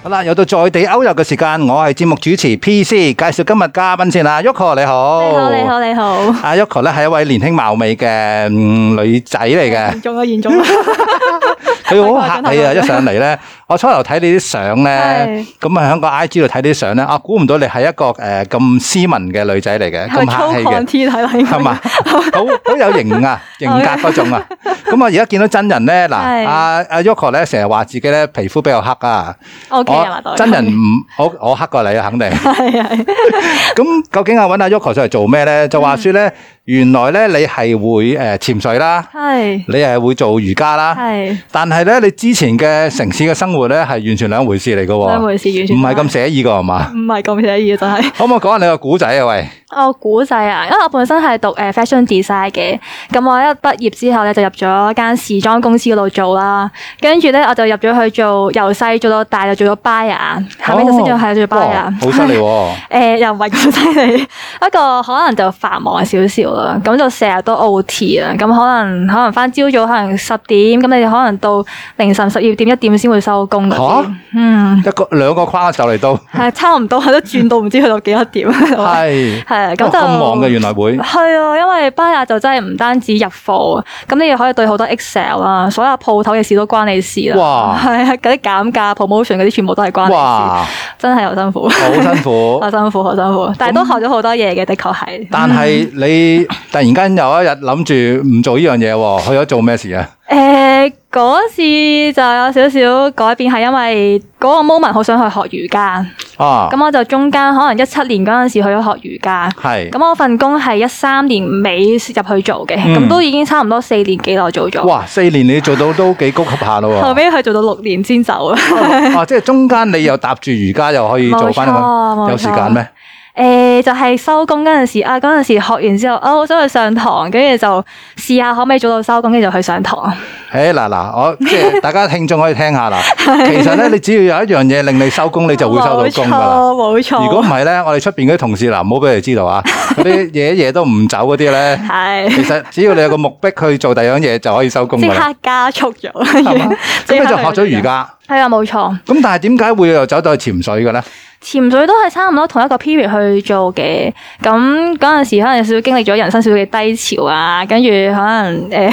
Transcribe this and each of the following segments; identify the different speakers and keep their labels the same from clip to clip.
Speaker 1: 好啦，又到在地歐遊嘅時間，我係節目主持 P C，介紹今日嘉賓先啦，Yoko 你好，
Speaker 2: 你好，你好，你好，
Speaker 1: 阿 Yoko 咧係一位年輕貌美嘅、嗯、女仔嚟嘅，
Speaker 2: 嚴重啊，嚴重啊！
Speaker 1: 佢好客氣啊！一上嚟 咧，我初頭睇你啲相咧
Speaker 2: 係，
Speaker 1: 咁啊喺個 I G 度睇你啲相咧，啊估唔到你係一個誒咁斯文嘅女仔嚟嘅，咁
Speaker 2: 係咪
Speaker 1: 客
Speaker 2: 粗
Speaker 1: 氣嘅
Speaker 2: 犷。啲睇嚟？
Speaker 1: 係 嘛？好好有型啊，型格嗰種啊。咁我而家見到真人咧，嗱，
Speaker 2: 係
Speaker 1: 阿阿 Yoko 咧成日話自己咧皮膚比較黑啊。
Speaker 2: ？O K 啊，
Speaker 1: 我真人唔，我我黑過你啊，肯定。
Speaker 2: 係係
Speaker 1: 咁究竟啊揾阿 Yoko 上嚟做咩咧？就話說咧，原來咧你係會誒潛水啦，
Speaker 2: 係
Speaker 1: 你係會做瑜伽啦。
Speaker 2: 係
Speaker 1: 但係咧，你之前嘅城市嘅生活咧係完全兩回事嚟嘅喎，
Speaker 2: 兩回事完全
Speaker 1: 唔係咁寫意嘅係嘛？
Speaker 2: 唔係咁寫意啊真係。
Speaker 1: 可唔可以講下你個古仔啊？喂，
Speaker 2: 我估計啊，因為我本身係讀誒 fashion design 嘅，咁我一畢業之後咧就入咗間時裝公司嗰度做啦，跟住咧我就入咗去做，由細做到大就做咗 buyer，後尾就升咗係做
Speaker 1: 哇
Speaker 2: buyer。
Speaker 1: 好犀 利喎！
Speaker 2: 誒、又唔係咁犀利，不過可能就繁忙少少啦，咁就成日都 O T 啊，咁可能可能翻朝早可能十點，咁你哋可能到凌晨十二點一點先會收工嗰啲，
Speaker 1: 嚇
Speaker 2: 嗯，
Speaker 1: 一個兩個框就嚟 到，
Speaker 2: 係差唔多，都轉到唔知去到幾多點，係
Speaker 1: 係
Speaker 2: 啊，咁就
Speaker 1: 哦咁忙嘅原來會，
Speaker 2: 係啊，因為巴雅就真係唔單止入貨，咁你又可以對好多 Excel 啊，所有鋪頭嘅事都關你事啦。
Speaker 1: 哇
Speaker 2: 係啊，嗰啲減價、promotion 嗰啲全部都係關你事，
Speaker 1: 哇，
Speaker 2: 真係好辛苦，
Speaker 1: 好辛苦
Speaker 2: 好。辛苦，好辛苦。但係都學咗好多嘢嘅，的確係。
Speaker 1: 但係你突然間有一日諗住唔做呢樣嘢喎，去咗做咩事啊？
Speaker 2: 誒嗰次就有少少改變，係因為嗰個 moment 好想去學瑜伽，
Speaker 1: 啊，
Speaker 2: 咁我就中間可能一七年嗰陣時去咗學瑜伽。
Speaker 1: 係
Speaker 2: 咁我份工係一三年尾入去做嘅，咁、
Speaker 1: 嗯
Speaker 2: 都已經差唔多四年幾內做咗。
Speaker 1: 哇，四年你做到都幾高級下咯
Speaker 2: 後
Speaker 1: 喎。
Speaker 2: 尾佢做到六年先走啦。
Speaker 1: 啊，即係中間你又搭住瑜伽又可以做翻
Speaker 2: 冇錯冇
Speaker 1: 咁，
Speaker 2: 錯
Speaker 1: 有時間咩？
Speaker 2: 誒、就係收工嗰陣時啊，嗰陣時學完之後，啊，我想去上堂，跟住就試下可唔可以早到收工，跟住就去上堂。
Speaker 1: 誒嗱嗱， 我即係大家聽眾可以聽下啦。其實咧，你只要有一樣嘢令你收工，你就會收到工㗎啦。
Speaker 2: 冇錯，冇錯。
Speaker 1: 如果唔係咧，我哋出邊嗰啲同事嗱，唔好俾佢哋知道 啊！嗰啲夜夜都唔走嗰啲咧，
Speaker 2: 係
Speaker 1: 其實只要你有個目的去做第二樣嘢就可以收工
Speaker 2: 即
Speaker 1: 㗎啦，
Speaker 2: 刻加速咗，
Speaker 1: 係嘛？咁
Speaker 2: 即刻
Speaker 1: 你就學咗瑜伽，
Speaker 2: 係啊，冇錯。
Speaker 1: 咁但係點解會又走到去潛水嘅咧？
Speaker 2: 潛水都係差唔多同一個 period 去做嘅，咁嗰陣時可能有少少經歷咗人生少少嘅低潮啊，跟住可能誒、 呃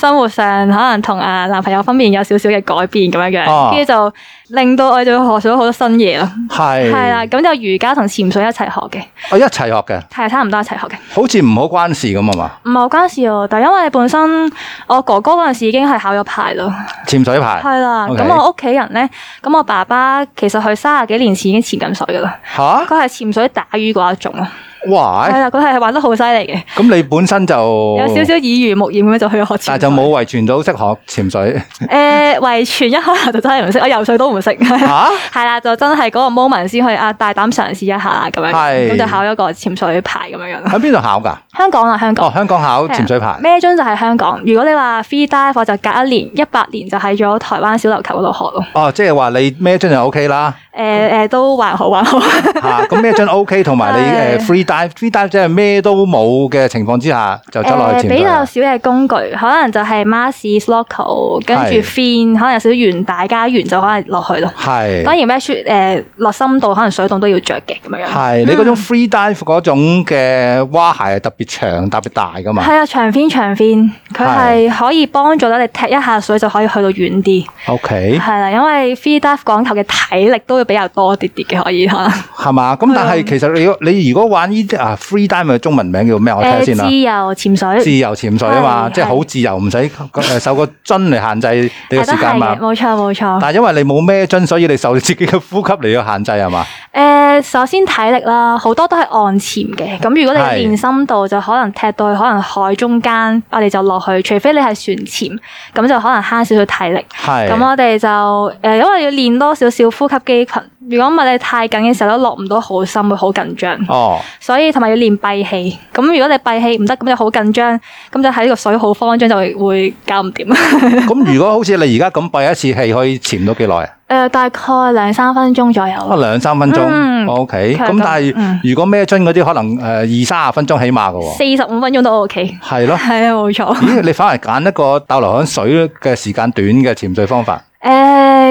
Speaker 2: 生活上可能同啊男朋友方面有少少嘅改變咁樣
Speaker 1: 哦
Speaker 2: 樣，跟住、就令到我就學咗好多新嘢咯。
Speaker 1: 係
Speaker 2: 係啦，咁就瑜伽同潛水一齊學嘅，
Speaker 1: 我一齊學嘅，
Speaker 2: 係差唔多一齊學嘅。
Speaker 1: 好似唔好關事咁啊嘛。
Speaker 2: 唔係嗰陣時喎，但因為本身我哥哥嗰陣時已經係考咗牌咯，
Speaker 1: 潛水牌
Speaker 2: 係啦。
Speaker 1: OK
Speaker 2: 咁我屋企人咧，咁我爸爸其實佢三十幾年前已經潛緊水噶啦，
Speaker 1: 吓，
Speaker 2: 佢係潛水打魚嗰一種啊。係
Speaker 1: 哇！
Speaker 2: 啦，佢係玩得好犀利嘅，
Speaker 1: 咁你本身就
Speaker 2: 有少少耳濡目染咁樣就去咗學潛
Speaker 1: 哦
Speaker 2: 水。
Speaker 1: 但係就冇遺傳到識學潛 水
Speaker 2: 誒遺傳一開頭就真係唔識，我游水都唔識。
Speaker 1: 吓，
Speaker 2: 係啦，就真係嗰個 moment 先去啊，大膽嘗試一下啦咁樣，
Speaker 1: 係
Speaker 2: 咁就考咗個潛水牌咁樣樣咯。
Speaker 1: 喺邊度考㗎？
Speaker 2: 香港啊，香港
Speaker 1: 哦，。香港考潛水牌，
Speaker 2: 咩樽就係香港。如果你話 free dive，我就隔一年一八年就喺咗台灣小琉球嗰度學咯。
Speaker 1: 哦，即係話你咩樽就 O K 啦，
Speaker 2: 誒、誒，都還好還好。
Speaker 1: 吓咁咩樽 O K，同埋你誒
Speaker 2: 係
Speaker 1: free dive，free dive 即係咩都冇嘅情況之下就走落去潛
Speaker 2: 呃比
Speaker 1: 水啊
Speaker 2: 較
Speaker 1: 啦。
Speaker 2: 少嘅工具，可能就係 mask、snorkel，跟住
Speaker 1: 係
Speaker 2: fin，可能有少少圓大加圓就可能落去咯。
Speaker 1: 係
Speaker 2: 當然咩雪誒呃落深度，可能水洞都要着嘅咁樣樣。
Speaker 1: 係，啊你
Speaker 2: 嗯
Speaker 1: 嗰種 free dive 嗰種嘅蛙鞋係特別長、特別大㗎嘛
Speaker 2: 係啊，長邊長邊，佢
Speaker 1: 係
Speaker 2: 係可以幫助咧，你踢一下水就可以去到遠啲。
Speaker 1: ？O K。
Speaker 2: 係啦，因為 free dive 講求嘅體力都會比較多啲啲嘅，可以可能。
Speaker 1: 係嘛？咁但
Speaker 2: 嗯
Speaker 1: 係其實你你如果玩呢啲啊 free dive 嘅中文名叫咩？我睇下
Speaker 2: 誒
Speaker 1: 先啊啦
Speaker 2: 呃自。由潛水
Speaker 1: 自由潛水啊嘛，
Speaker 2: 係
Speaker 1: 即係好自由，唔使誒 受個樽嚟限制你嘅
Speaker 2: 係都
Speaker 1: 時
Speaker 2: 係
Speaker 1: 間嘛
Speaker 2: 嘅，。冇錯冇錯。誒、
Speaker 1: 但係因為你冇咩樽，所以你受自己嘅呼吸嚟到限制係嘛？
Speaker 2: 呃首先體力啦，好多都係岸潛嘅。咁如果你
Speaker 1: 係
Speaker 2: 練深度，就可能踢到去可能海中間，我哋就落去。除非你係船潛，咁就可能慳少少體力。
Speaker 1: 係。
Speaker 2: 咁我哋就誒、呃因為要練多少少呼吸肌群。如果唔係你太緊嘅時候都落唔到好深，會好緊張。
Speaker 1: 哦，
Speaker 2: 所以同埋要練閉氣。咁如果你閉氣唔得，咁就好緊張，咁就喺呢個水好慌張，就會會搞唔掂。 誒、
Speaker 1: 咁如果好似你而家咁閉一次氣，可以潛到幾耐啊？
Speaker 2: 呃大概兩三分鐘左右。
Speaker 1: 啊，兩三分鐘
Speaker 2: 嗯
Speaker 1: ，OK。
Speaker 2: 係
Speaker 1: 咁
Speaker 2: 咁
Speaker 1: 但
Speaker 2: 嗯
Speaker 1: 係如果咩樽嗰啲，可能誒二三十分鐘起碼㗎喎。
Speaker 2: 四十五分鐘都 OK。
Speaker 1: 係咯。
Speaker 2: 係啊，冇錯。
Speaker 1: 咦，你反而揀一個逗留喺水嘅時間短嘅潛水方法，
Speaker 2: 誒、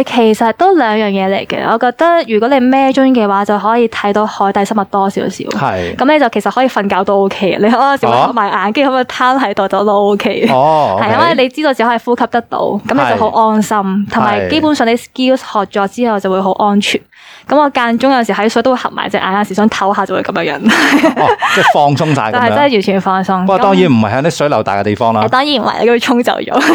Speaker 2: 其實都兩樣嘢嚟嘅。我覺得如果你孭樽嘅話，就可以睇到海底生物多少少。
Speaker 1: 係
Speaker 2: 咁你就其實可以瞓覺都 O K 嘅。你嗰陣時
Speaker 1: 哦
Speaker 2: 合埋眼，跟住咁樣攤喺度就都 O K 嘅。
Speaker 1: 哦
Speaker 2: 係
Speaker 1: OK
Speaker 2: 因為你知道只可以呼吸得到，咁你就好安心，同埋
Speaker 1: 係
Speaker 2: 基本上你 skills 學咗之後就會好安全。咁我間中有陣時喺水都會合埋隻眼，有陣時想唞下就會咁樣樣，
Speaker 1: 哦，即係放鬆晒咁
Speaker 2: 但係
Speaker 1: 樣。
Speaker 2: 真係完全放鬆。
Speaker 1: 不過當然唔係喺啲水流大嘅地方啦
Speaker 2: 誒。當然唔係，你會沖走咗。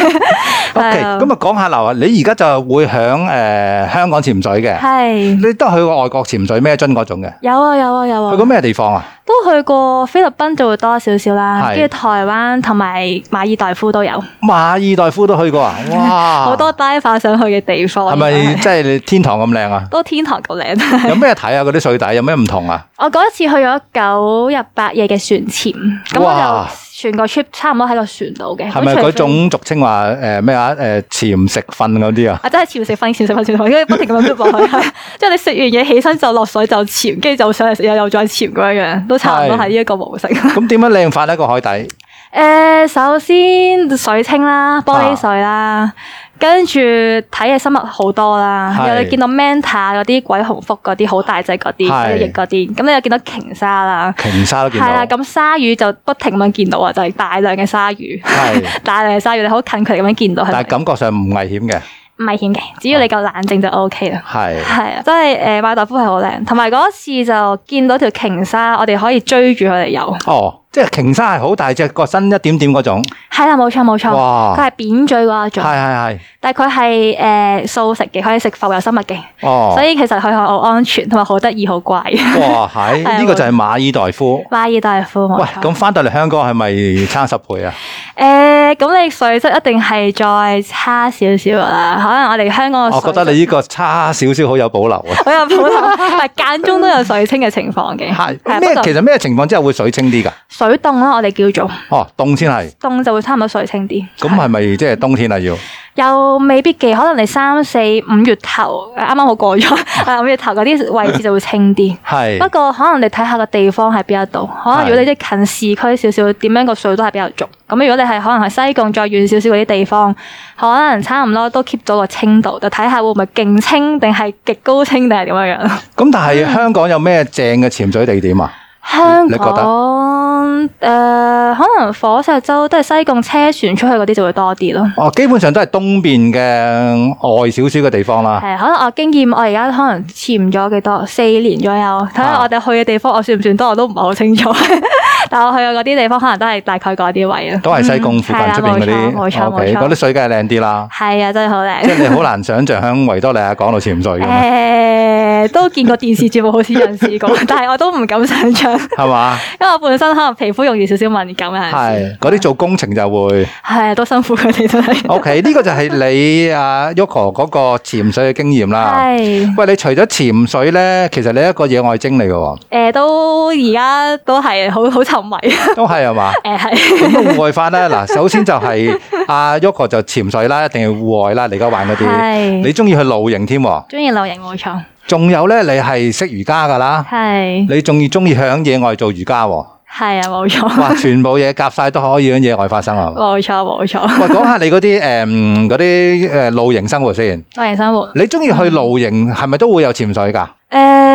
Speaker 1: O K，
Speaker 2: 係啊
Speaker 1: 咁啊講下嗱，你而家就會響誒香港潛水嘅，
Speaker 2: 係
Speaker 1: 你都去過外國潛水咩樽嗰種嘅？
Speaker 2: 有啊有啊有啊
Speaker 1: 去，過咩地方啊？
Speaker 2: 都去過菲律賓就會多少少啦，
Speaker 1: 係
Speaker 2: 跟住台灣同埋馬爾代夫都有，
Speaker 1: 馬爾代夫都去過 啊！哇，
Speaker 2: 好多 diver 想去嘅地方。
Speaker 1: 係
Speaker 2: 應
Speaker 1: 咪
Speaker 2: 該係
Speaker 1: 即係你天堂咁靚啊？
Speaker 2: 都天堂咁靚？
Speaker 1: 有咩睇啊？嗰啲水底有咩唔同啊？
Speaker 2: 我嗰一次去咗九日八夜嘅船潛，咁我
Speaker 1: 哇
Speaker 2: 就全個 trip 差唔多喺個船度嘅。
Speaker 1: 係咪
Speaker 2: 咁除非
Speaker 1: 嗰？種俗稱話誒咩啊？誒潛食瞓嗰 啲啊？
Speaker 2: 啊！真係潛食瞓，潛食瞓，潛食瞓， 跟住不停咁樣喐落去，係即係你食完嘢起身就落水就潛，跟住就上嚟食嘢又再潛咁樣樣，都差唔多係呢一個模式。
Speaker 1: 咁點樣靚法呢個海底？
Speaker 2: 誒、首先水清啦，玻璃水啦，跟住睇嘅生物好多啦，
Speaker 1: 係
Speaker 2: 有你見到 manta 嗰啲鬼紅腹嗰啲好大隻嗰啲，
Speaker 1: 係
Speaker 2: 一隻翼嗰啲，咁你又見到鯨鯊啦，
Speaker 1: 鯨鯊都見
Speaker 2: 係啦，
Speaker 1: 到，
Speaker 2: 咁鯊魚就不停咁樣見到啊，就係、大量嘅鯊魚，
Speaker 1: 係，
Speaker 2: 大量嘅鯊魚你好近距離咁樣見到
Speaker 1: 但係
Speaker 2: 係
Speaker 1: 感覺上唔危險嘅，
Speaker 2: 咪，唔危險嘅，只要你夠冷靜就 O K 啦。
Speaker 1: 係
Speaker 2: 係啊，真係誒馬爾代夫係好靚，同埋嗰一次就見到條鯨鯊，我哋可以追住佢嚟游。
Speaker 1: 哦，即係鯨鯊係好大隻，個身一點點嗰種，
Speaker 2: 係啦，冇錯冇錯，
Speaker 1: 哇
Speaker 2: 佢係扁嘴嗰一種
Speaker 1: 係。係係，
Speaker 2: 但係佢係誒素食嘅，可以食浮游生物嘅，
Speaker 1: 哦
Speaker 2: 所，以其實佢係好安全，同埋好得意、好乖。
Speaker 1: 哇，係
Speaker 2: 係啊
Speaker 1: 呢個就係馬爾代夫。
Speaker 2: 馬爾代夫冇
Speaker 1: 喂，
Speaker 2: 錯。
Speaker 1: 咁翻到嚟香港係咪差十倍啊？
Speaker 2: 誒，咁你水質一定係再差少少㗎啦。可能我哋香港嘅
Speaker 1: 我
Speaker 2: 哦水
Speaker 1: 覺
Speaker 2: 質
Speaker 1: 得你呢個差少少好有保留啊。
Speaker 2: 好有保留，但係間中都有水清嘅情況嘅。
Speaker 1: 係
Speaker 2: 啊
Speaker 1: 咩
Speaker 2: 不？過
Speaker 1: 其實咩情況之下會水清啲㗎？
Speaker 2: 水凍啦，我哋叫做
Speaker 1: 哦，凍先係。
Speaker 2: 凍就會差唔多水清啲。
Speaker 1: 咁係咪即係冬天啊？要
Speaker 2: 又未必嘅，可能你三四五月頭啱啱好過咗， 啊五月頭嗰啲位置就會清啲。不
Speaker 1: 係
Speaker 2: 過可能你睇下個地方喺邊一度，可能如果你啲近市區少少，點樣個水都係比較足。咁如果你係可能係西貢再遠少少嗰啲地方，可能差唔多都 keep 到個清度，就睇下會唔會勁清定係極高清定係點樣樣。
Speaker 1: 咁，但
Speaker 2: 嗯
Speaker 1: 係香港有咩正嘅潛水地點啊？
Speaker 2: 香
Speaker 1: 你覺得
Speaker 2: 港誒、呃可能火石洲都係西貢車船出去嗰啲就會多啲咯。
Speaker 1: 哦，基本上都係東邊嘅外少少嘅地方啦。
Speaker 2: 係，可能我經驗，我而家可能潛咗幾多四年左右，睇下
Speaker 1: 啊
Speaker 2: 我哋去嘅地方，我算唔算多，我都唔係好清楚。 但我去過嗰啲地方，可能都係大概嗰啲位啊。
Speaker 1: 都係西貢附近出邊嗰啲
Speaker 2: 嗯冇錯冇錯
Speaker 1: ，OK，
Speaker 2: 冇
Speaker 1: 嗰啲
Speaker 2: 錯。。
Speaker 1: 水梗係靚啲啦
Speaker 2: 係啊，真係好
Speaker 1: 即係
Speaker 2: 靚。
Speaker 1: 你好難想像喺維多利亞港度潛水咁 嘛，
Speaker 2: 誒，都見過電視節目，好似有人 試過，但係我都唔敢想像，因
Speaker 1: 係嘛？
Speaker 2: 為我本身可能皮膚容易少少敏感啊。
Speaker 1: 係嗰啲做工程就會。
Speaker 2: 係啊都辛苦佢哋真係。
Speaker 1: OK，呢個就係你啊 Yoko 嗰個潛水嘅經驗啦。
Speaker 2: 係
Speaker 1: 喂，你除咗潛水咧，其實你係一個野外精嚟嘅喎，
Speaker 2: 誒，都而家都係好好沉迷。
Speaker 1: 都係係嘛？
Speaker 2: 誒係
Speaker 1: 咁都戶外翻啦，嗱，首先就係阿 Yoko 就潛水啦，一定要戶外啦，你而家玩嗰啲，
Speaker 2: 係
Speaker 1: 你中意去露營添喎，
Speaker 2: 中意露營冇錯，
Speaker 1: 仲有咧，你係識瑜伽噶啦，
Speaker 2: 係
Speaker 1: 你仲要中意響野外做瑜伽喎，
Speaker 2: 係啊冇錯。
Speaker 1: 哇，全部嘢夾晒都可以喺野外發生啊！
Speaker 2: 冇錯冇錯，
Speaker 1: 喂，講下你嗰啲誒嗰啲誒露營生活先，
Speaker 2: 多人生活。
Speaker 1: 你中意去露營係咪都會有潛水㗎？
Speaker 2: 誒、呃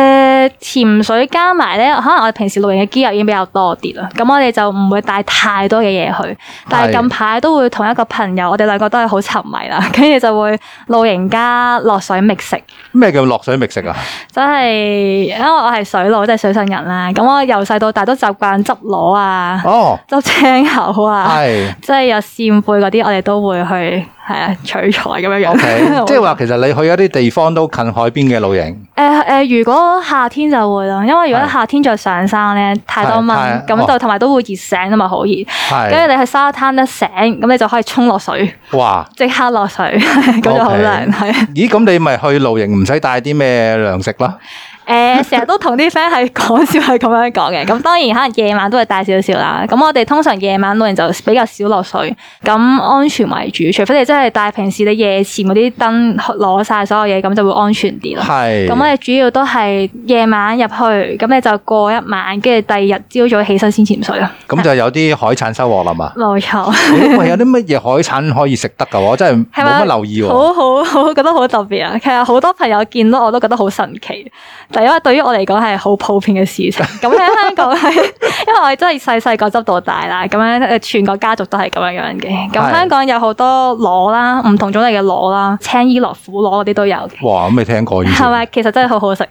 Speaker 2: 潛水加埋咧，可能我哋平時露營嘅 gear 已經比較多啲啦，咁我哋就唔會帶太多嘅嘢去。但係
Speaker 1: 係
Speaker 2: 近排都會同一個朋友，我哋兩個都係好沉迷啦， 跟住就會露營加落水覓食，
Speaker 1: 咩叫落水覓 食啊？
Speaker 2: 真係因為我係水佬，即係水上人啦。咁我由細到大都習慣執螺啊、
Speaker 1: 哦，
Speaker 2: 執青口啊，
Speaker 1: 係。
Speaker 2: 即係有扇貝嗰啲，我哋都會去係啊取材咁樣
Speaker 1: O
Speaker 2: 樣。
Speaker 1: K，即係話其實你去一啲地方都近海邊嘅露營，
Speaker 2: 誒誒、如果夏天就會啦，因為如果
Speaker 1: 係
Speaker 2: 夏天再上山咧，太多蚊
Speaker 1: 係，
Speaker 2: 咁
Speaker 1: 哦
Speaker 2: 就同埋都會熱醒啊嘛，好熱。跟
Speaker 1: 係
Speaker 2: 住你去沙灘一醒，咁你就可以衝 落水，
Speaker 1: 哇！
Speaker 2: 即刻 落水，咁就好
Speaker 1: OK
Speaker 2: 涼。係
Speaker 1: 咦，咁你咪去露營唔使帶啲咩糧食啦？
Speaker 2: 誒成日都同啲 friend 係講笑係咁樣講嘅，咁當然可能夜晚都係大少少啦。咁我哋通常夜晚老人就比較少落水，咁安全為主，除非你真係帶平時你夜潛嗰啲燈攞晒所有嘢，咁就會安全啲咯。
Speaker 1: 係
Speaker 2: 咁我啊哋主要都係夜晚入去，咁你就過一晚，跟住第二日朝早起身先潛水咯。
Speaker 1: 咁就有啲海產收穫啦嘛。
Speaker 2: 冇錯，
Speaker 1: 咦喂，有啲乜嘢海產可以食得㗎？我真係
Speaker 2: 係
Speaker 1: 冇
Speaker 2: 咪
Speaker 1: 乜留意喎。
Speaker 2: 好好好，覺得好特別啊！其實好多朋友見到我都覺得好神奇，但因為對於我嚟講係好普遍嘅事情。 咁喺香港 係，因為我哋真係細細個執到大啦，咁樣誒全個家族都係咁樣樣嘅。咁
Speaker 1: 係
Speaker 2: 香港有好多螺啦，唔同種類嘅螺啦，青衣螺、虎螺嗰啲都有嘅。
Speaker 1: 哇，咁未聽過以前
Speaker 2: 係咪？其實真係好好食，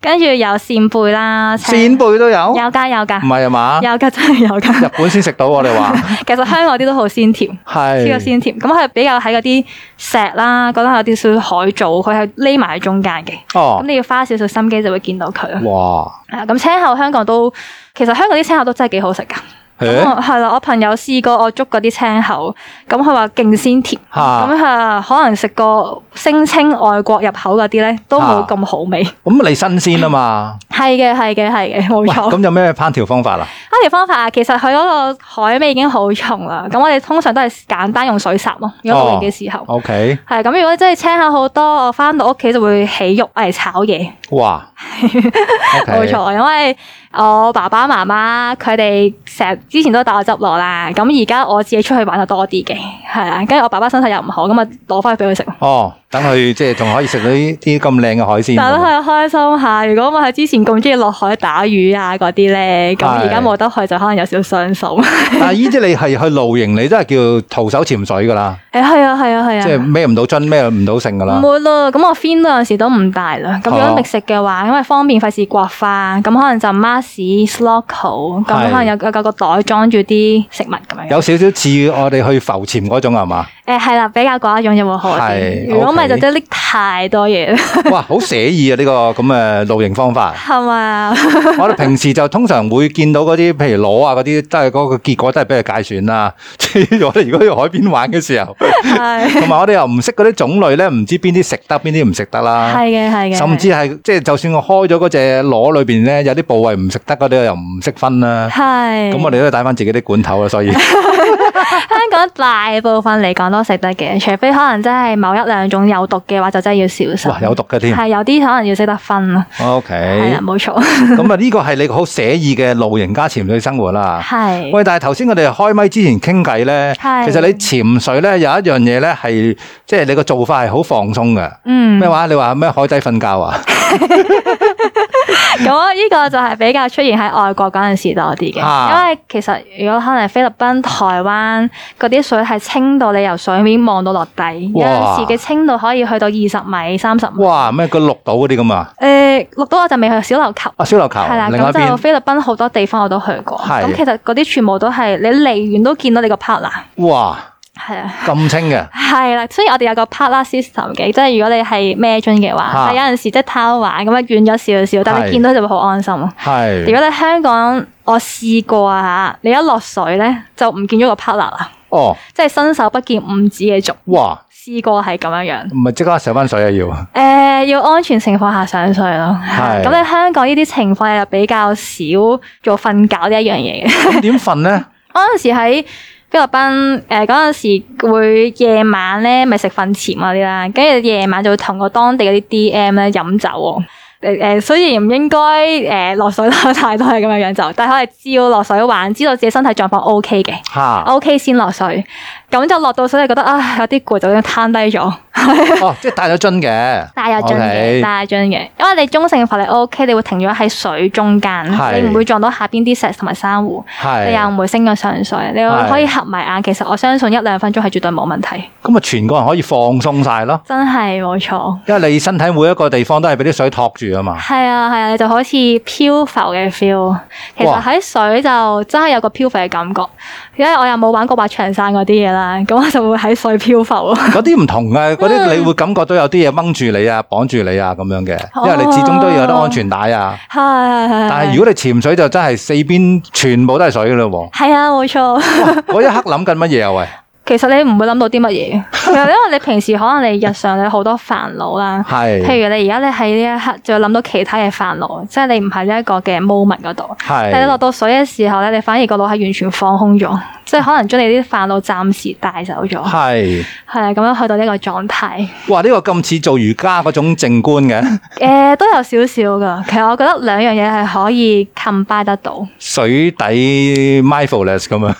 Speaker 2: 跟住有扇貝啦，青
Speaker 1: 扇貝都有，
Speaker 2: 有㗎有
Speaker 1: 唔
Speaker 2: 㗎，
Speaker 1: 係啊嘛？
Speaker 2: 有㗎真係有
Speaker 1: 日
Speaker 2: 㗎。
Speaker 1: 本先食到我哋話
Speaker 2: 其實香港啲都好鮮甜， 超級
Speaker 1: 係。
Speaker 2: 鮮甜。咁佢比較喺嗰啲石啦，嗰度有啲少少海藻，佢係匿埋喺中間嘅。咁
Speaker 1: 哦，
Speaker 2: 你要花少少心機就會見到佢咯。
Speaker 1: 哇，
Speaker 2: 啊咁青口香港都，其實香港啲青口都真係幾好食㗎。
Speaker 1: 誒
Speaker 2: 咁我係啦，我朋友試過我捉嗰啲青口，咁佢話勁鮮甜，
Speaker 1: 嚇
Speaker 2: 咁佢可能食過聲稱外國入口嗰啲咧都冇咁好味。
Speaker 1: 咁你新鮮啊嘛？
Speaker 2: 係嘅，係嘅，係嘅，冇
Speaker 1: 喂，
Speaker 2: 錯。
Speaker 1: 咁有咩烹調方法啊？
Speaker 2: 烹調方法啊，其實佢嗰個海味已經好重啦，咁我哋通常都係簡單用水烚咯，如果露營嘅時候。
Speaker 1: O K，
Speaker 2: 係咁，如果真係青口好多，我翻到屋企就會起肉嚟炒嘢，
Speaker 1: 哇，
Speaker 2: 冇
Speaker 1: OK
Speaker 2: 錯。因為我爸爸媽媽佢哋成日之前都帶我執落啦，咁而家我自己出去玩就多啲嘅，係啦。跟住我爸爸身體又唔好，咁啊攞翻去俾佢食，
Speaker 1: 哦，等佢即係仲可以食到呢啲咁靚嘅海鮮。
Speaker 2: 但都係開心下。如果我係之前咁中意落海打魚啊嗰啲咧，咁
Speaker 1: 係
Speaker 2: 而家冇得去就可能有少少傷心。
Speaker 1: 但係呢啲你係去露營，你真係叫徒手潛水㗎啦，
Speaker 2: 誒係啊係 啊係啊！
Speaker 1: 即係孭唔到樽，孭唔到剩㗎啦
Speaker 2: 唔。會咯，咁我 fin 嗰陣時都唔大啦。咁如
Speaker 1: 哦
Speaker 2: 果覓食嘅話，因為方便費事刮花，咁可能就 mask、sloco，咁
Speaker 1: 係
Speaker 2: 可能有有個袋裝住啲食物咁樣。
Speaker 1: 有少少似我哋去浮潛嗰種啊係 嘛？
Speaker 2: 誒係啦，比較嗰一種有冇好啲？
Speaker 1: 係
Speaker 2: 如果唔係
Speaker 1: OK
Speaker 2: 就真係拎太多嘢啦，，
Speaker 1: 哇，好寫意啊！呢、個咁嘅露營方法
Speaker 2: 係咪啊？
Speaker 1: 我哋平時就通常會見到嗰啲，譬如螺啊嗰啲，都係嗰個結果都係俾佢界選啦。即係我哋如果去海邊玩嘅時候，
Speaker 2: 係
Speaker 1: 同埋我哋又唔識嗰啲種類咧，唔知邊啲食得，邊啲唔食得啦。
Speaker 2: 係嘅係嘅，
Speaker 1: 甚至係即係，就算我開咗嗰只螺裏邊咧，有啲部位唔食得嗰啲，又唔識分啦。
Speaker 2: 係
Speaker 1: 咁我哋都要帶翻自己啲罐頭啦，啊 所以
Speaker 2: 香港大部分嚟講都食得嘅，除非可能真係某一兩種有毒嘅話，就真係要小
Speaker 1: 哇
Speaker 2: 心。
Speaker 1: 有毒嘅添。
Speaker 2: 係有啲可能要識得分咯，
Speaker 1: O
Speaker 2: 係
Speaker 1: K，
Speaker 2: 啦，冇錯，
Speaker 1: 咁啊呢個係你好寫意嘅露營加潛水生活啦。
Speaker 2: 係。
Speaker 1: 喂，但係頭先我哋開咪之前傾偈咧，
Speaker 2: 係
Speaker 1: 其實你潛水咧有一樣嘢咧係，即係你個做法係好放鬆嘅。
Speaker 2: 嗯
Speaker 1: 咩話？你話咩海底瞓覺啊？
Speaker 2: 咁呢個就係比較出現喺外國嗰陣時多啲嘅，
Speaker 1: 啊
Speaker 2: 因為其實如果可能菲律賓、台灣嗰啲水係清到你由水面望到落底，有
Speaker 1: 哇
Speaker 2: 陣時嘅清度可以去到二十米、三十米。
Speaker 1: 哇！咩個綠島嗰啲咁啊？
Speaker 2: 誒，綠島我就未去小琉球，
Speaker 1: 啊，小琉球
Speaker 2: 係啦，
Speaker 1: 另外一
Speaker 2: 咁就
Speaker 1: 邊，
Speaker 2: 菲律賓好多地方我都去過。
Speaker 1: 係
Speaker 2: 咁其實嗰啲全部都係你離遠都見到你個 partner，
Speaker 1: 哇，
Speaker 2: 係啊。，
Speaker 1: 咁清嘅
Speaker 2: 係啦，雖然我哋有個 partner system 嘅，即係如果你係孭樽嘅話，
Speaker 1: 啊
Speaker 2: 但有陣時即係貪玩咁樣遠咗少少，但係
Speaker 1: 係
Speaker 2: 你見到就會好安心咯。如
Speaker 1: 係
Speaker 2: 果你香港，我試過啊你一落水咧就唔見咗個 partner 啦，
Speaker 1: 哦，
Speaker 2: 即係伸手不見五指嘅族。
Speaker 1: 哇，
Speaker 2: 試過係咁樣樣。
Speaker 1: 唔係即刻上翻水啊 要，
Speaker 2: 誒、要安全情況下上水咯。
Speaker 1: 係
Speaker 2: 咁你香港呢啲情況又比較少做瞓覺呢一樣嘢嘅。
Speaker 1: 咁點瞓咧？
Speaker 2: 嗰陣時喺菲律賓，誒嗰陣時會夜晚咧，咪食瞓前嗰啲啦，跟住夜晚就會同個當地嗰啲 D.M 咧飲酒喎。誒誒，雖然唔應該誒落水啦，太多係咁樣樣就，但係可以照落水玩，知道自己身體狀況 O.K. 嘅
Speaker 1: 吓，
Speaker 2: ，O.K. 先落水。咁就落到水，你覺得啊有啲攰，就咁攤低咗，
Speaker 1: 哦，即係帶咗樽嘅，
Speaker 2: 帶有樽嘅，
Speaker 1: OK，
Speaker 2: 帶樽嘅，因為你中性浮力 O.K. 你會停咗喺水中間，
Speaker 1: 係
Speaker 2: 你唔會撞到下邊啲石同埋珊瑚。你又
Speaker 1: 係，
Speaker 2: 唔會升咗上水，你
Speaker 1: 係
Speaker 2: 可以合埋眼。其實我相信一兩分鐘係絕對冇問題，
Speaker 1: 咁啊全個人可以放鬆晒咯，
Speaker 2: 真係冇錯。
Speaker 1: 因為你身體每一個地方都係俾啲水托住啊嘛。
Speaker 2: 係啊係啊，你就好似漂浮嘅 feel。其
Speaker 1: 哇
Speaker 2: 實喺水就真係有個漂浮嘅感覺，因為我又冇玩過滑翔傘嗰啲嘢啦，咁我就會喺水漂浮咯。
Speaker 1: 嗰啲唔同嘅，嗰啲你會感覺到有啲嘢掹住你啊，綁住你啊咁樣嘅，因為你始終都要有啲安全帶啊。
Speaker 2: 係係哦係。
Speaker 1: 但係如果你潛水就 真係四邊全部都係水嘅嘞喎，
Speaker 2: 係啊，冇錯。
Speaker 1: 嗰一刻諗緊乜嘢啊？喂，
Speaker 2: 其實你唔會諗到啲乜嘢 嘅，其實因為你平時可能你日常你好多煩惱啦， 譬
Speaker 1: 係
Speaker 2: 如你而家你喺呢一刻就諗到其他嘅煩惱，即係你唔喺呢一個嘅 moment 嗰度，但係你落
Speaker 1: 係
Speaker 2: 到水嘅時候咧，你反而個腦係完全放空咗，即係可能將你啲煩惱暫時帶走咗，係
Speaker 1: 係。
Speaker 2: 啊，咁樣去到呢個狀態。
Speaker 1: 哇！呢、個咁似做瑜伽嗰種靜觀嘅
Speaker 2: 誒、都有少少噶，其實我覺得兩樣嘢係可以 combine 得到，
Speaker 1: 水底 mindfulness 咁啊，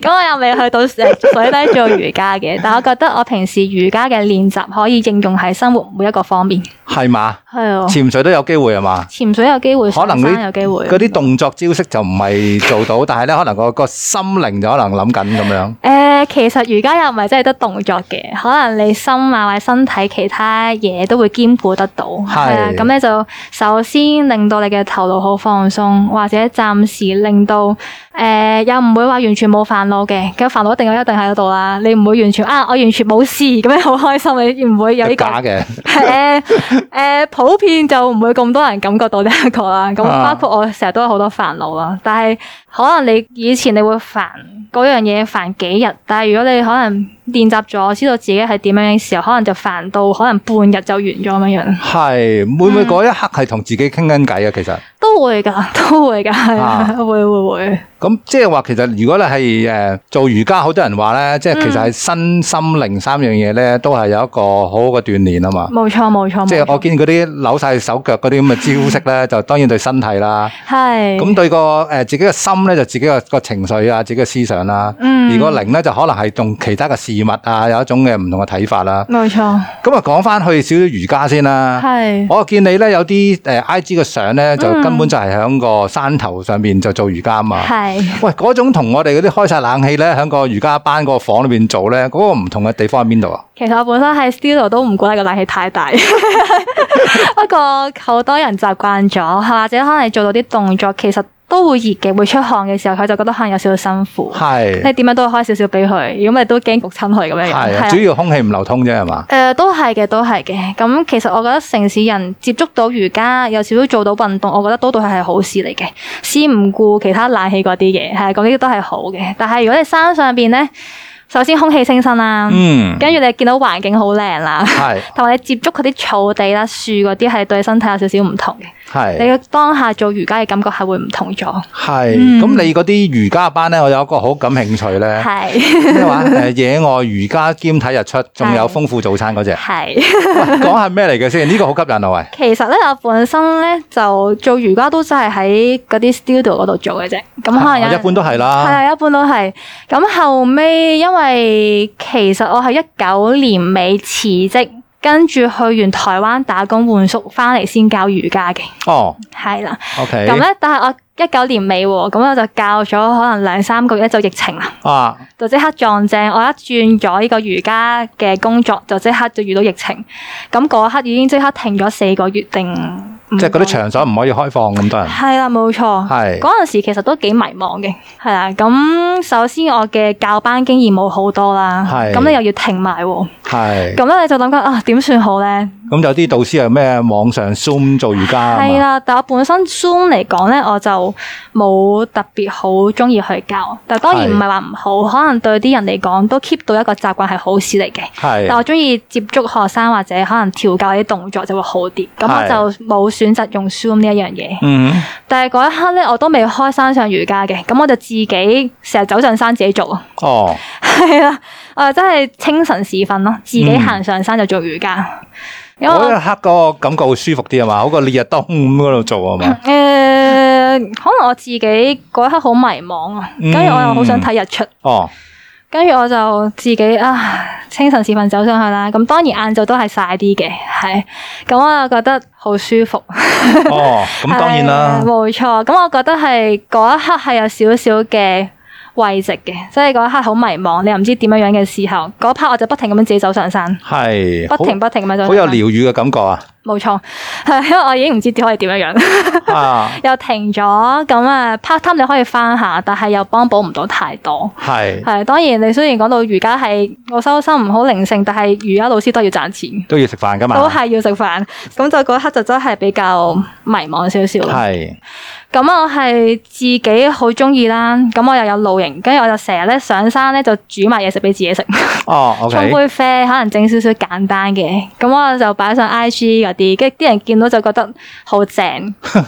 Speaker 2: 咁我又未去到誒水底做瑜伽嘅，但我覺得我平時瑜伽嘅練習可以應用喺生活每一個方面。
Speaker 1: 係嘛？
Speaker 2: 係啊，
Speaker 1: 潛水都有機會係嘛？
Speaker 2: 潛水有機會，
Speaker 1: 可能
Speaker 2: 上
Speaker 1: 嗰
Speaker 2: 山有機會啊
Speaker 1: 啲嗰啲動作招式就唔係做到，但係咧可能個個心靈就可能諗緊咁樣。
Speaker 2: 誒、其實瑜伽又唔係真係得動作嘅，可能你心啊或者身體其他嘢都會兼顧得到。係啊，咁咧就首先令到你嘅頭腦好放鬆，或者暫時令到誒、又唔會話完全冇煩惱嘅，咁煩惱一定有一定喺度啦。你唔會完全啊，我完全冇事咁樣好開心，你唔會有呢、個
Speaker 1: 假嘅，
Speaker 2: 誒誒，普遍就唔會咁多人感覺到呢一個啦。咁
Speaker 1: 啊
Speaker 2: 包括我成日都有好多煩惱啦，但係可能你以前你會煩嗰樣嘢煩幾日，但係如果你可能練習咗，知道自己係點樣嘅時候，可能就煩到可能半日就完咗咁樣樣，
Speaker 1: 係會唔
Speaker 2: 嗯
Speaker 1: 會嗰一刻係同自己傾緊偈啊？其實
Speaker 2: 都會㗎， 都會㗎，係啊
Speaker 1: 啊，
Speaker 2: 會會會，
Speaker 1: 咁即係話，其實如果你係誒做瑜伽，好多人話咧，即係其實
Speaker 2: 嗯
Speaker 1: 係身心靈三樣嘢咧，都係有一個好好嘅鍛鍊啊嘛。
Speaker 2: 冇錯冇錯，
Speaker 1: 即係
Speaker 2: 冇錯
Speaker 1: 我見嗰啲扭晒手腳嗰啲咁嘅招式咧，就當然對身體啦。
Speaker 2: 係
Speaker 1: 咁對個誒、呃自己嘅心咧，就自己個個情緒啊，自己嘅思想啦。
Speaker 2: 嗯
Speaker 1: 而個靈咧，就可能係同其他嘅事物啊，有一種嘅唔同嘅睇法啦。
Speaker 2: 冇錯，
Speaker 1: 咁啊，講翻去少少瑜伽先啦。
Speaker 2: 係嗯
Speaker 1: 我見你咧有啲誒、呃 IG 嘅相咧，就根本就係喺個山頭上面就做瑜伽啊嘛。
Speaker 2: 係。
Speaker 1: 喂，嗰種同我哋嗰啲開晒冷氣咧，喺個瑜伽班嗰個房裏邊做咧，嗰、個唔同嘅地方喺邊度啊？
Speaker 2: 其實我本身喺 studio 都唔覺得個冷氣太大， 不過好多人習慣咗，或者可能你做到啲動作，其實都會熱嘅，會出汗嘅時候，佢就覺得可能有少少辛苦。
Speaker 1: 係
Speaker 2: 你點樣都要開少少俾佢，如果咪都驚焗親佢咁樣
Speaker 1: 係
Speaker 2: 樣。係啊
Speaker 1: 啊，主要空氣唔流通啫，係嘛？
Speaker 2: 誒、都係嘅，都係嘅。咁其實我覺得城市人接觸到瑜伽，有少少做到運動，我覺得都對佢係好事嚟嘅。先唔顧其他冷氣嗰啲嘢，係咁呢啲都係好嘅。但係如果你山上邊咧，首先空氣清新啦，
Speaker 1: 嗯，
Speaker 2: 跟住你見到環境好靚啦。
Speaker 1: 係
Speaker 2: 同埋你接觸嗰啲草地啦、樹嗰啲係對身體有少少唔同嘅，你
Speaker 1: 係
Speaker 2: 嘅當下做瑜伽嘅感覺係會唔同咗，
Speaker 1: 係。
Speaker 2: 嗯
Speaker 1: 咁你嗰啲瑜伽班咧，我有一個好感興趣咧，
Speaker 2: 係
Speaker 1: 咩話？ 誒，野外瑜伽兼睇日出，仲有
Speaker 2: 係
Speaker 1: 豐富早餐 嗰只，
Speaker 2: 係。
Speaker 1: 喂講下咩嚟嘅先？呢個好吸引啊！喂，
Speaker 2: 其實咧，我本身咧就做瑜伽都真係喺嗰啲 studio 嗰度做嘅啫，咁可能有
Speaker 1: 啊一般都係
Speaker 2: 係
Speaker 1: 啦，
Speaker 2: 啊，一般都係。咁後尾因為其實我係一九年尾辭職，跟住去完台灣打工換宿翻嚟先教瑜伽嘅，
Speaker 1: 哦
Speaker 2: 係啦。
Speaker 1: ，OK，
Speaker 2: 咁咧，但係我一九年尾喎，咁我就教咗可能兩三個月就疫情啦。
Speaker 1: 啊，
Speaker 2: 就即刻撞正，我一轉咗呢個瑜伽嘅工作，就即刻就遇到疫情。咁嗰刻已經即刻停咗四個月定五個月，
Speaker 1: 即係嗰啲場所唔可以開放咁多人，
Speaker 2: 係啦，冇錯。
Speaker 1: 係
Speaker 2: 嗰陣時其實都幾迷茫嘅，係啦。咁首先我嘅教班經驗冇好多啦，
Speaker 1: 係
Speaker 2: 咁你又要停埋喎，
Speaker 1: 係。
Speaker 2: 咁咧你就諗緊啊點算好咧？
Speaker 1: 咁有啲導師係咩網上 Zoom 做瑜伽啊嘛
Speaker 2: 係啦，但我本身 Zoom 嚟講咧，我就冇特別好中意去教，但當然
Speaker 1: 係
Speaker 2: 唔係話唔好，可能對啲人嚟講都 keep 到一個習慣係好事嚟嘅。
Speaker 1: 係
Speaker 2: 但我中意接觸學生或者可能調教啲動作就會好啲，咁
Speaker 1: 係
Speaker 2: 我就冇選擇用 Zoom 呢一樣嘢。
Speaker 1: 嗯哼，
Speaker 2: 但係嗰一刻咧，我都未開山上瑜伽嘅，咁我就自己成日走上山自己做，
Speaker 1: 哦，
Speaker 2: 係啊，我真係清晨時分咯，自
Speaker 1: 嗯
Speaker 2: 己行上山就做瑜伽，因為
Speaker 1: 嗰
Speaker 2: 我
Speaker 1: 一刻嗰個感覺會舒服啲啊嘛，好過烈日當午咁嗰度做 啊嘛，
Speaker 2: 誒、呃可能我自己嗰一刻好迷茫啊，跟
Speaker 1: 嗯
Speaker 2: 住我又好想睇日出。
Speaker 1: 哦，
Speaker 2: 跟住我就自己啊，清晨時分走上去啦。咁當然晏晝都係晒啲嘅，係咁我又覺得好舒服。
Speaker 1: 哦，咁當然啦
Speaker 2: 係，冇錯。咁我覺得係嗰一刻係有少少嘅慰藉嘅，即係嗰一刻好迷茫，你又唔知點樣樣嘅時候，嗰 part 我就不停咁樣自己走上山，
Speaker 1: 係，
Speaker 2: 不停
Speaker 1: 好
Speaker 2: 不停咁樣走上山。
Speaker 1: 好有療愈嘅感覺啊，
Speaker 2: 冇錯，係因為我已經唔知可以點樣樣，
Speaker 1: 啊，
Speaker 2: 又停咗咁啊 part time 你可以翻下，但係又幫補唔到太多。
Speaker 1: 係
Speaker 2: 係當然，你雖然講到瑜伽係我修心唔好靈性，但係瑜伽老師都要賺錢，
Speaker 1: 都要食飯噶嘛，
Speaker 2: 都係要食飯。咁就嗰刻就真係比較迷茫少少。
Speaker 1: 係
Speaker 2: 咁我係自己好中意啦，咁我又有露營，跟住我就成日咧上山咧就煮埋嘢食俾自己食，
Speaker 1: 哦
Speaker 2: 沖
Speaker 1: ，OK，
Speaker 2: 杯啡，可能整少少簡單嘅，咁我就擺上 IG 嗰啲，跟住啲人見到就覺得好正，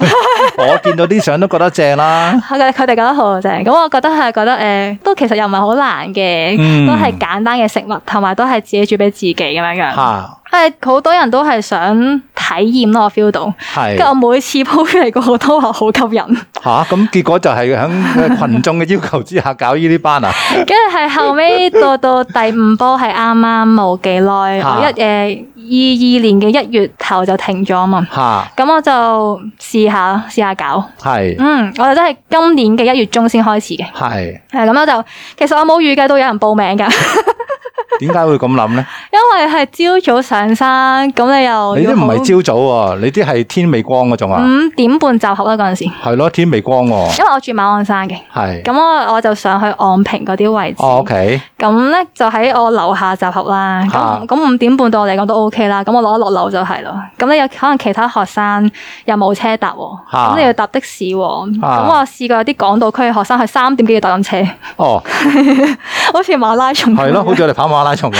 Speaker 1: 我見到啲相都覺得正 啦，
Speaker 2: 佢哋佢哋覺得好正，咁我覺得係覺得誒、呃都其實又唔係好難嘅，
Speaker 1: 嗯
Speaker 2: 都係簡單嘅食物，同埋都係自己煮俾自己咁樣樣，
Speaker 1: 嚇，
Speaker 2: 係好多人都係想體驗咯，我 feel 到，跟住我
Speaker 1: 係
Speaker 2: 每次 po 出嚟個個都話好吸引。
Speaker 1: 嚇，咁結果就係喺群眾嘅要求之下搞呢啲 班啊，
Speaker 2: 跟住係後尾到 到第五波係啱啱冇幾耐，
Speaker 1: 嚇
Speaker 2: 我一誒二二年嘅一月頭就停咗啊嘛，
Speaker 1: 嚇，
Speaker 2: 咁我就試下試下搞，
Speaker 1: 係
Speaker 2: 嗯，我就真係今年嘅一月中先開始嘅，
Speaker 1: 係，
Speaker 2: 係咁我就其實我冇預計到有人報名㗎，
Speaker 1: 點解會咁諗 咧？
Speaker 2: 因為係朝早上山，咁你又
Speaker 1: 你
Speaker 2: 要
Speaker 1: 啲唔
Speaker 2: 好嗯
Speaker 1: 係朝早喎，你啲係天未光嗰種啊，哦
Speaker 2: 五點半集合啦嗰陣時，
Speaker 1: 係咯，天未光喎，
Speaker 2: 因為我住馬鞍山嘅，
Speaker 1: 係，
Speaker 2: 咁我我就上去昂坪嗰啲位置。
Speaker 1: 哦，OK，
Speaker 2: 咁咧就喺我樓下集合啦。
Speaker 1: 啊
Speaker 2: 咁咁五點半對我嚟講都 O K 啦。咁我攞一落樓就係咯。咁你有可能其他學生又冇車搭喎，
Speaker 1: 啊
Speaker 2: 咁你要搭的士喎。
Speaker 1: 啊
Speaker 2: 咁我試過有啲港島區嘅學生係三點幾要搭緊車，
Speaker 1: 哦，
Speaker 2: 好似馬拉松咁樣。
Speaker 1: 係咯，好似我哋跑馬拉松咁，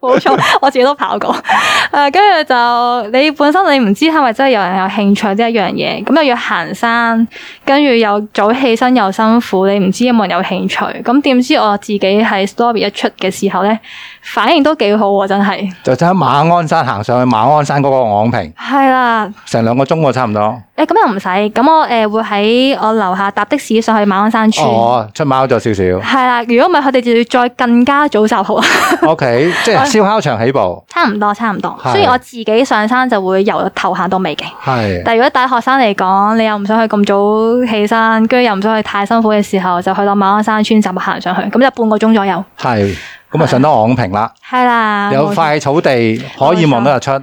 Speaker 2: 冇錯， 我自己都跑過。 誒、跟住就你本身你唔知係咪真係有人有興趣呢一樣嘢，咁又要行山，跟住又早起身又辛苦，你唔知有冇人有興趣。咁點知我自己喺 story 一出嘅時候咧，反應都幾好喎，真係。
Speaker 1: 就喺馬鞍山行上去馬鞍山嗰個昂坪。
Speaker 2: 係啦，
Speaker 1: 成兩個鐘喎，差唔多。
Speaker 2: 誒咁又唔使，咁我誒、會喺我樓下搭的士上去馬鞍山村。
Speaker 1: 哦，出貓咗少 少。
Speaker 2: 係啦，如果唔係佢哋就要再更加早集合，
Speaker 1: O K，即係燒烤場起步，
Speaker 2: 差唔多差唔多。
Speaker 1: 係
Speaker 2: 雖然我自己上山就會由頭行到尾嘅。
Speaker 1: 係
Speaker 2: 但如果大學生嚟講，你又唔想去咁早起身，跟住又唔想去太辛苦嘅時候，就去到馬鞍山村就行上去，咁就半個鐘左右。
Speaker 1: 係咁啊，上啊到昂坪啦，
Speaker 2: 係啦，
Speaker 1: 有
Speaker 2: 冇錯
Speaker 1: 塊草地可以望到日出，
Speaker 2: 誒、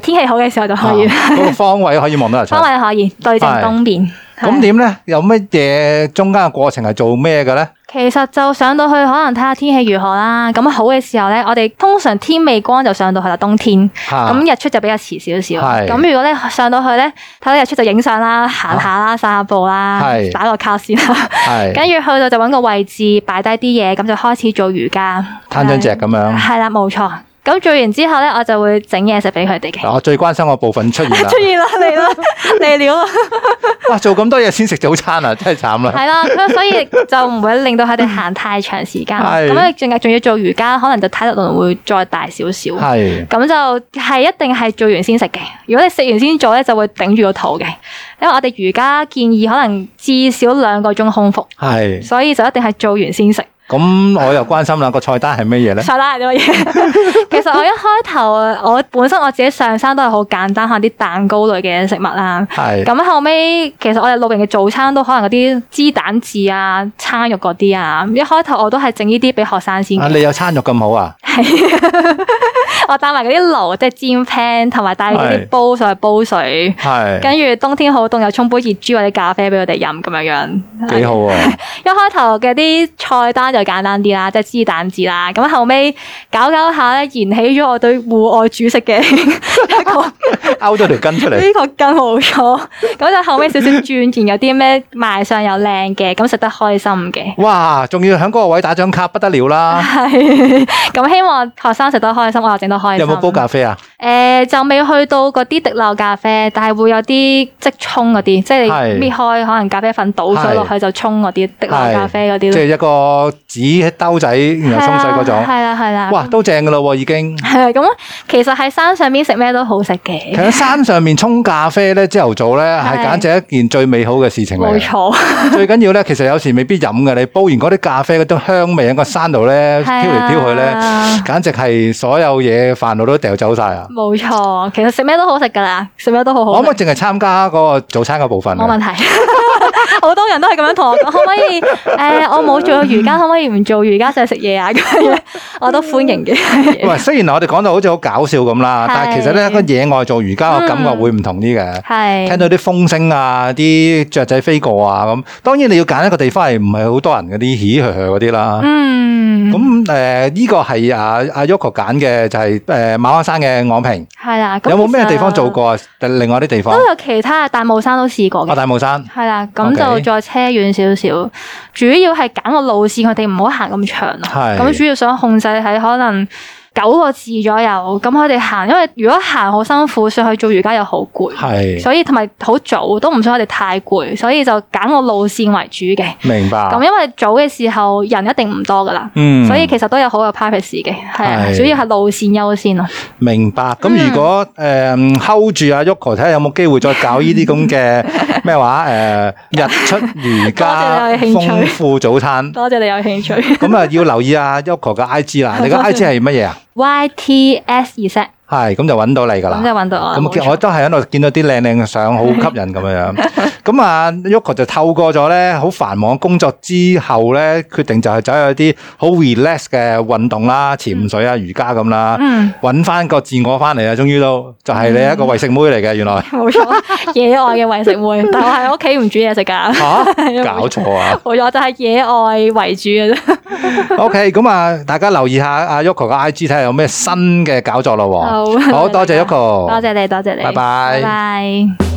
Speaker 2: 天氣好嘅時候就
Speaker 1: 啊
Speaker 2: 可以，
Speaker 1: 嗰個方位可以望到日出
Speaker 2: 方。位可以對正東邊。
Speaker 1: 咁
Speaker 2: 係
Speaker 1: 點咧？有乜嘢中間嘅過程係做咩嘅咧？
Speaker 2: 其實就上到去可能睇下天氣如何啦。咁好嘅時候咧，我哋通常天未光就上到去啦，冬天。
Speaker 1: 嚇
Speaker 2: 咁日出就比較遲少少。
Speaker 1: 係
Speaker 2: 咁如果咧上到去咧，睇到日出就影相啦、行下啦、散下步啦
Speaker 1: 係、
Speaker 2: 打個卡先啦。
Speaker 1: 係
Speaker 2: 跟住去到就揾個位置擺低啲嘢，咁就開始做瑜伽。
Speaker 1: 攤張隻咁樣。
Speaker 2: 係啦，冇錯。咁做完之後咧，我就會整嘢食俾佢哋嘅。
Speaker 1: 啊我最關心個部分出 現啦
Speaker 2: 出！現啦，嚟啦，嚟 料啦，
Speaker 1: 哇，做咁多嘢先食早餐啊，真係慘啦！
Speaker 2: 係啦，咁所以就唔會令到佢哋行太長時間。
Speaker 1: 係
Speaker 2: 咁咧，仲仲要做瑜伽，可能就體力量會再大少少。
Speaker 1: 係
Speaker 2: 咁就係一定係做完先食嘅。如果你食完先做咧，就會頂住個肚嘅。因為我哋瑜伽建議可能至少兩個鐘空腹，
Speaker 1: 係，
Speaker 2: 所以就一定係做完先食。
Speaker 1: 咁我又關心啦，個菜單係乜嘢咧？
Speaker 2: 菜單係 啲乜嘢？其實我一開頭我本身我自己上山都係好簡單，可能啲蛋糕類嘅食物啦。
Speaker 1: 係
Speaker 2: 咁後尾其實我哋露營嘅早餐都可能嗰啲雞蛋治啊、餐肉嗰啲啊。一開頭我都係整呢啲俾學生先嘅
Speaker 1: 啊，你有餐肉咁好 啊？
Speaker 2: 我帶埋嗰啲爐，即係煎 pan，同埋帶嗰
Speaker 1: 係
Speaker 2: 啲煲上去煲水。
Speaker 1: 係
Speaker 2: 跟住冬天好凍，又沖杯熱珠或者咖啡俾佢哋飲咁樣樣。
Speaker 1: 幾好喎！
Speaker 2: 一開頭嘅啲菜單就簡單啲啦，即係雞蛋治啦。咁啊後尾搞搞下咧，燃起咗我對戶外煮 食嘅一個
Speaker 1: 勾咗條筋出嚟。
Speaker 2: 呢個更冇錯。咁就後尾少少轉型，有啲咩賣相又靚嘅，咁食得開心嘅。
Speaker 1: 哇！仲要喺嗰個位打張卡，不得了 啦！
Speaker 2: 係，咁希望學生食得開心，我又整得開
Speaker 1: 有
Speaker 2: 心。
Speaker 1: 冇煲咖啡啊？
Speaker 2: 誒、就未去到嗰啲滴漏咖啡，但係會有啲即沖嗰啲，即係
Speaker 1: 係
Speaker 2: 你搣開可能咖啡粉倒咗落去就沖嗰啲滴漏咖啡嗰
Speaker 1: 即
Speaker 2: 啲咯。
Speaker 1: 係一個紙兜仔，然後鬆水嗰種。
Speaker 2: 係啦啊係啦。
Speaker 1: 哇，都正噶咯喎，已經。
Speaker 2: 係啊咁其實喺山上邊食咩都好食
Speaker 1: 其
Speaker 2: 嘅，
Speaker 1: 實山上面沖咖啡咧，朝頭早咧係
Speaker 2: 係
Speaker 1: 簡直一件最美好嘅事情嚟
Speaker 2: 冇
Speaker 1: 嘅。
Speaker 2: 錯，
Speaker 1: 最緊要咧，其實有時未必飲嘅，你煲完嗰啲咖啡嗰種香味喺個山度咧，
Speaker 2: 係啊
Speaker 1: 飄嚟飄去咧，簡直係所有嘢煩惱都掉走晒啊！
Speaker 2: 冇錯。其實食咩都好食㗎啦，食咩都好
Speaker 1: 我
Speaker 2: 好
Speaker 1: 可唔可以
Speaker 2: 食，
Speaker 1: 淨係參加嗰個早餐嘅部分啊？
Speaker 2: 冇問題。 好多人都係咁樣同我講，可唔可以 誒、我冇做過瑜伽，可唔可以唔做瑜伽就食嘢啊？咁樣 我都歡迎嘅。
Speaker 1: 喂，雖然我哋講到好似好搞笑咁啦，
Speaker 2: 係
Speaker 1: 但係其實咧喺個野外做瑜伽，我感覺
Speaker 2: 嗯
Speaker 1: 會唔同啲嘅。聽
Speaker 2: 係
Speaker 1: 到啲風聲啊，啲雀仔飛過啊咁，當然你要揀一個地方係唔係好多人嗰啲唏噓嗰啲啦。
Speaker 2: 嗯，
Speaker 1: 咁誒呢個係啊阿 Yoko 揀嘅就係誒馬鞍山嘅昂坪，
Speaker 2: 係啦。咁
Speaker 1: 有冇
Speaker 2: 其
Speaker 1: 咩
Speaker 2: 實
Speaker 1: 地方做過啊？另外啲地方
Speaker 2: 都，有其他大帽山都試過
Speaker 1: 我
Speaker 2: 嘅。
Speaker 1: 大帽山。
Speaker 2: 係啦，咁
Speaker 1: OK
Speaker 2: 就再車遠少少，主要係揀個路線，佢哋唔好行咁長咯。
Speaker 1: 係
Speaker 2: 咁主要想控制喺可能九個字左右，咁佢哋行，因為如果行好辛苦，上去做瑜伽又好攰，
Speaker 1: 係
Speaker 2: 所以同埋好早都唔想佢哋太攰，所以就揀個路線為主嘅。
Speaker 1: 明白。
Speaker 2: 咁因為早嘅時候人一定唔多噶啦，
Speaker 1: 啊嗯，
Speaker 2: 所以其實都有好有 privacy 嘅，係啊，
Speaker 1: 係
Speaker 2: 主要係路線優先啊咯。
Speaker 1: 明白。咁如果誒 hold 住阿 Yoko 睇下有冇機會再搞呢啲咁 嘅咩話誒日出瑜伽
Speaker 2: 多謝你有興趣
Speaker 1: 豐富早餐。
Speaker 2: 多謝你有興趣。
Speaker 1: 咁啊，要留意阿 Yoko 嘅 IG 啦。你 個
Speaker 2: 多謝
Speaker 1: IG 係乜嘢啊？
Speaker 2: Y T S 二 set
Speaker 1: 係咁就揾到你㗎
Speaker 2: 咁就
Speaker 1: 啦。
Speaker 2: 揾到我啦。冇
Speaker 1: 咁
Speaker 2: 錯
Speaker 1: 我都係喺度見到啲靚靚嘅相，好吸引咁樣 樣。咁啊，Yoko 就透過咗咧好繁忙工作之後咧，決定就係走去啲好 relax 嘅運動啦，潛水啊、瑜伽咁啦。
Speaker 2: 嗯。
Speaker 1: 揾翻個自我翻嚟啊！終於都就係、你一個為食妹嚟嘅， 原來
Speaker 2: 冇錯，野外嘅為食妹，但我喺屋企唔煮嘢食噶，
Speaker 1: 吓、搞錯啊
Speaker 2: 冇錯就係野外為主嘅啫。
Speaker 1: ！OK，咁啊，大家留意下阿 Yoko 嘅 IG 睇下有咩新嘅搞作咯喎。
Speaker 2: 好
Speaker 1: 好多謝
Speaker 2: 大家
Speaker 1: Yoko，
Speaker 2: 多謝你，多謝你，
Speaker 1: 哦拜拜
Speaker 2: 拜拜。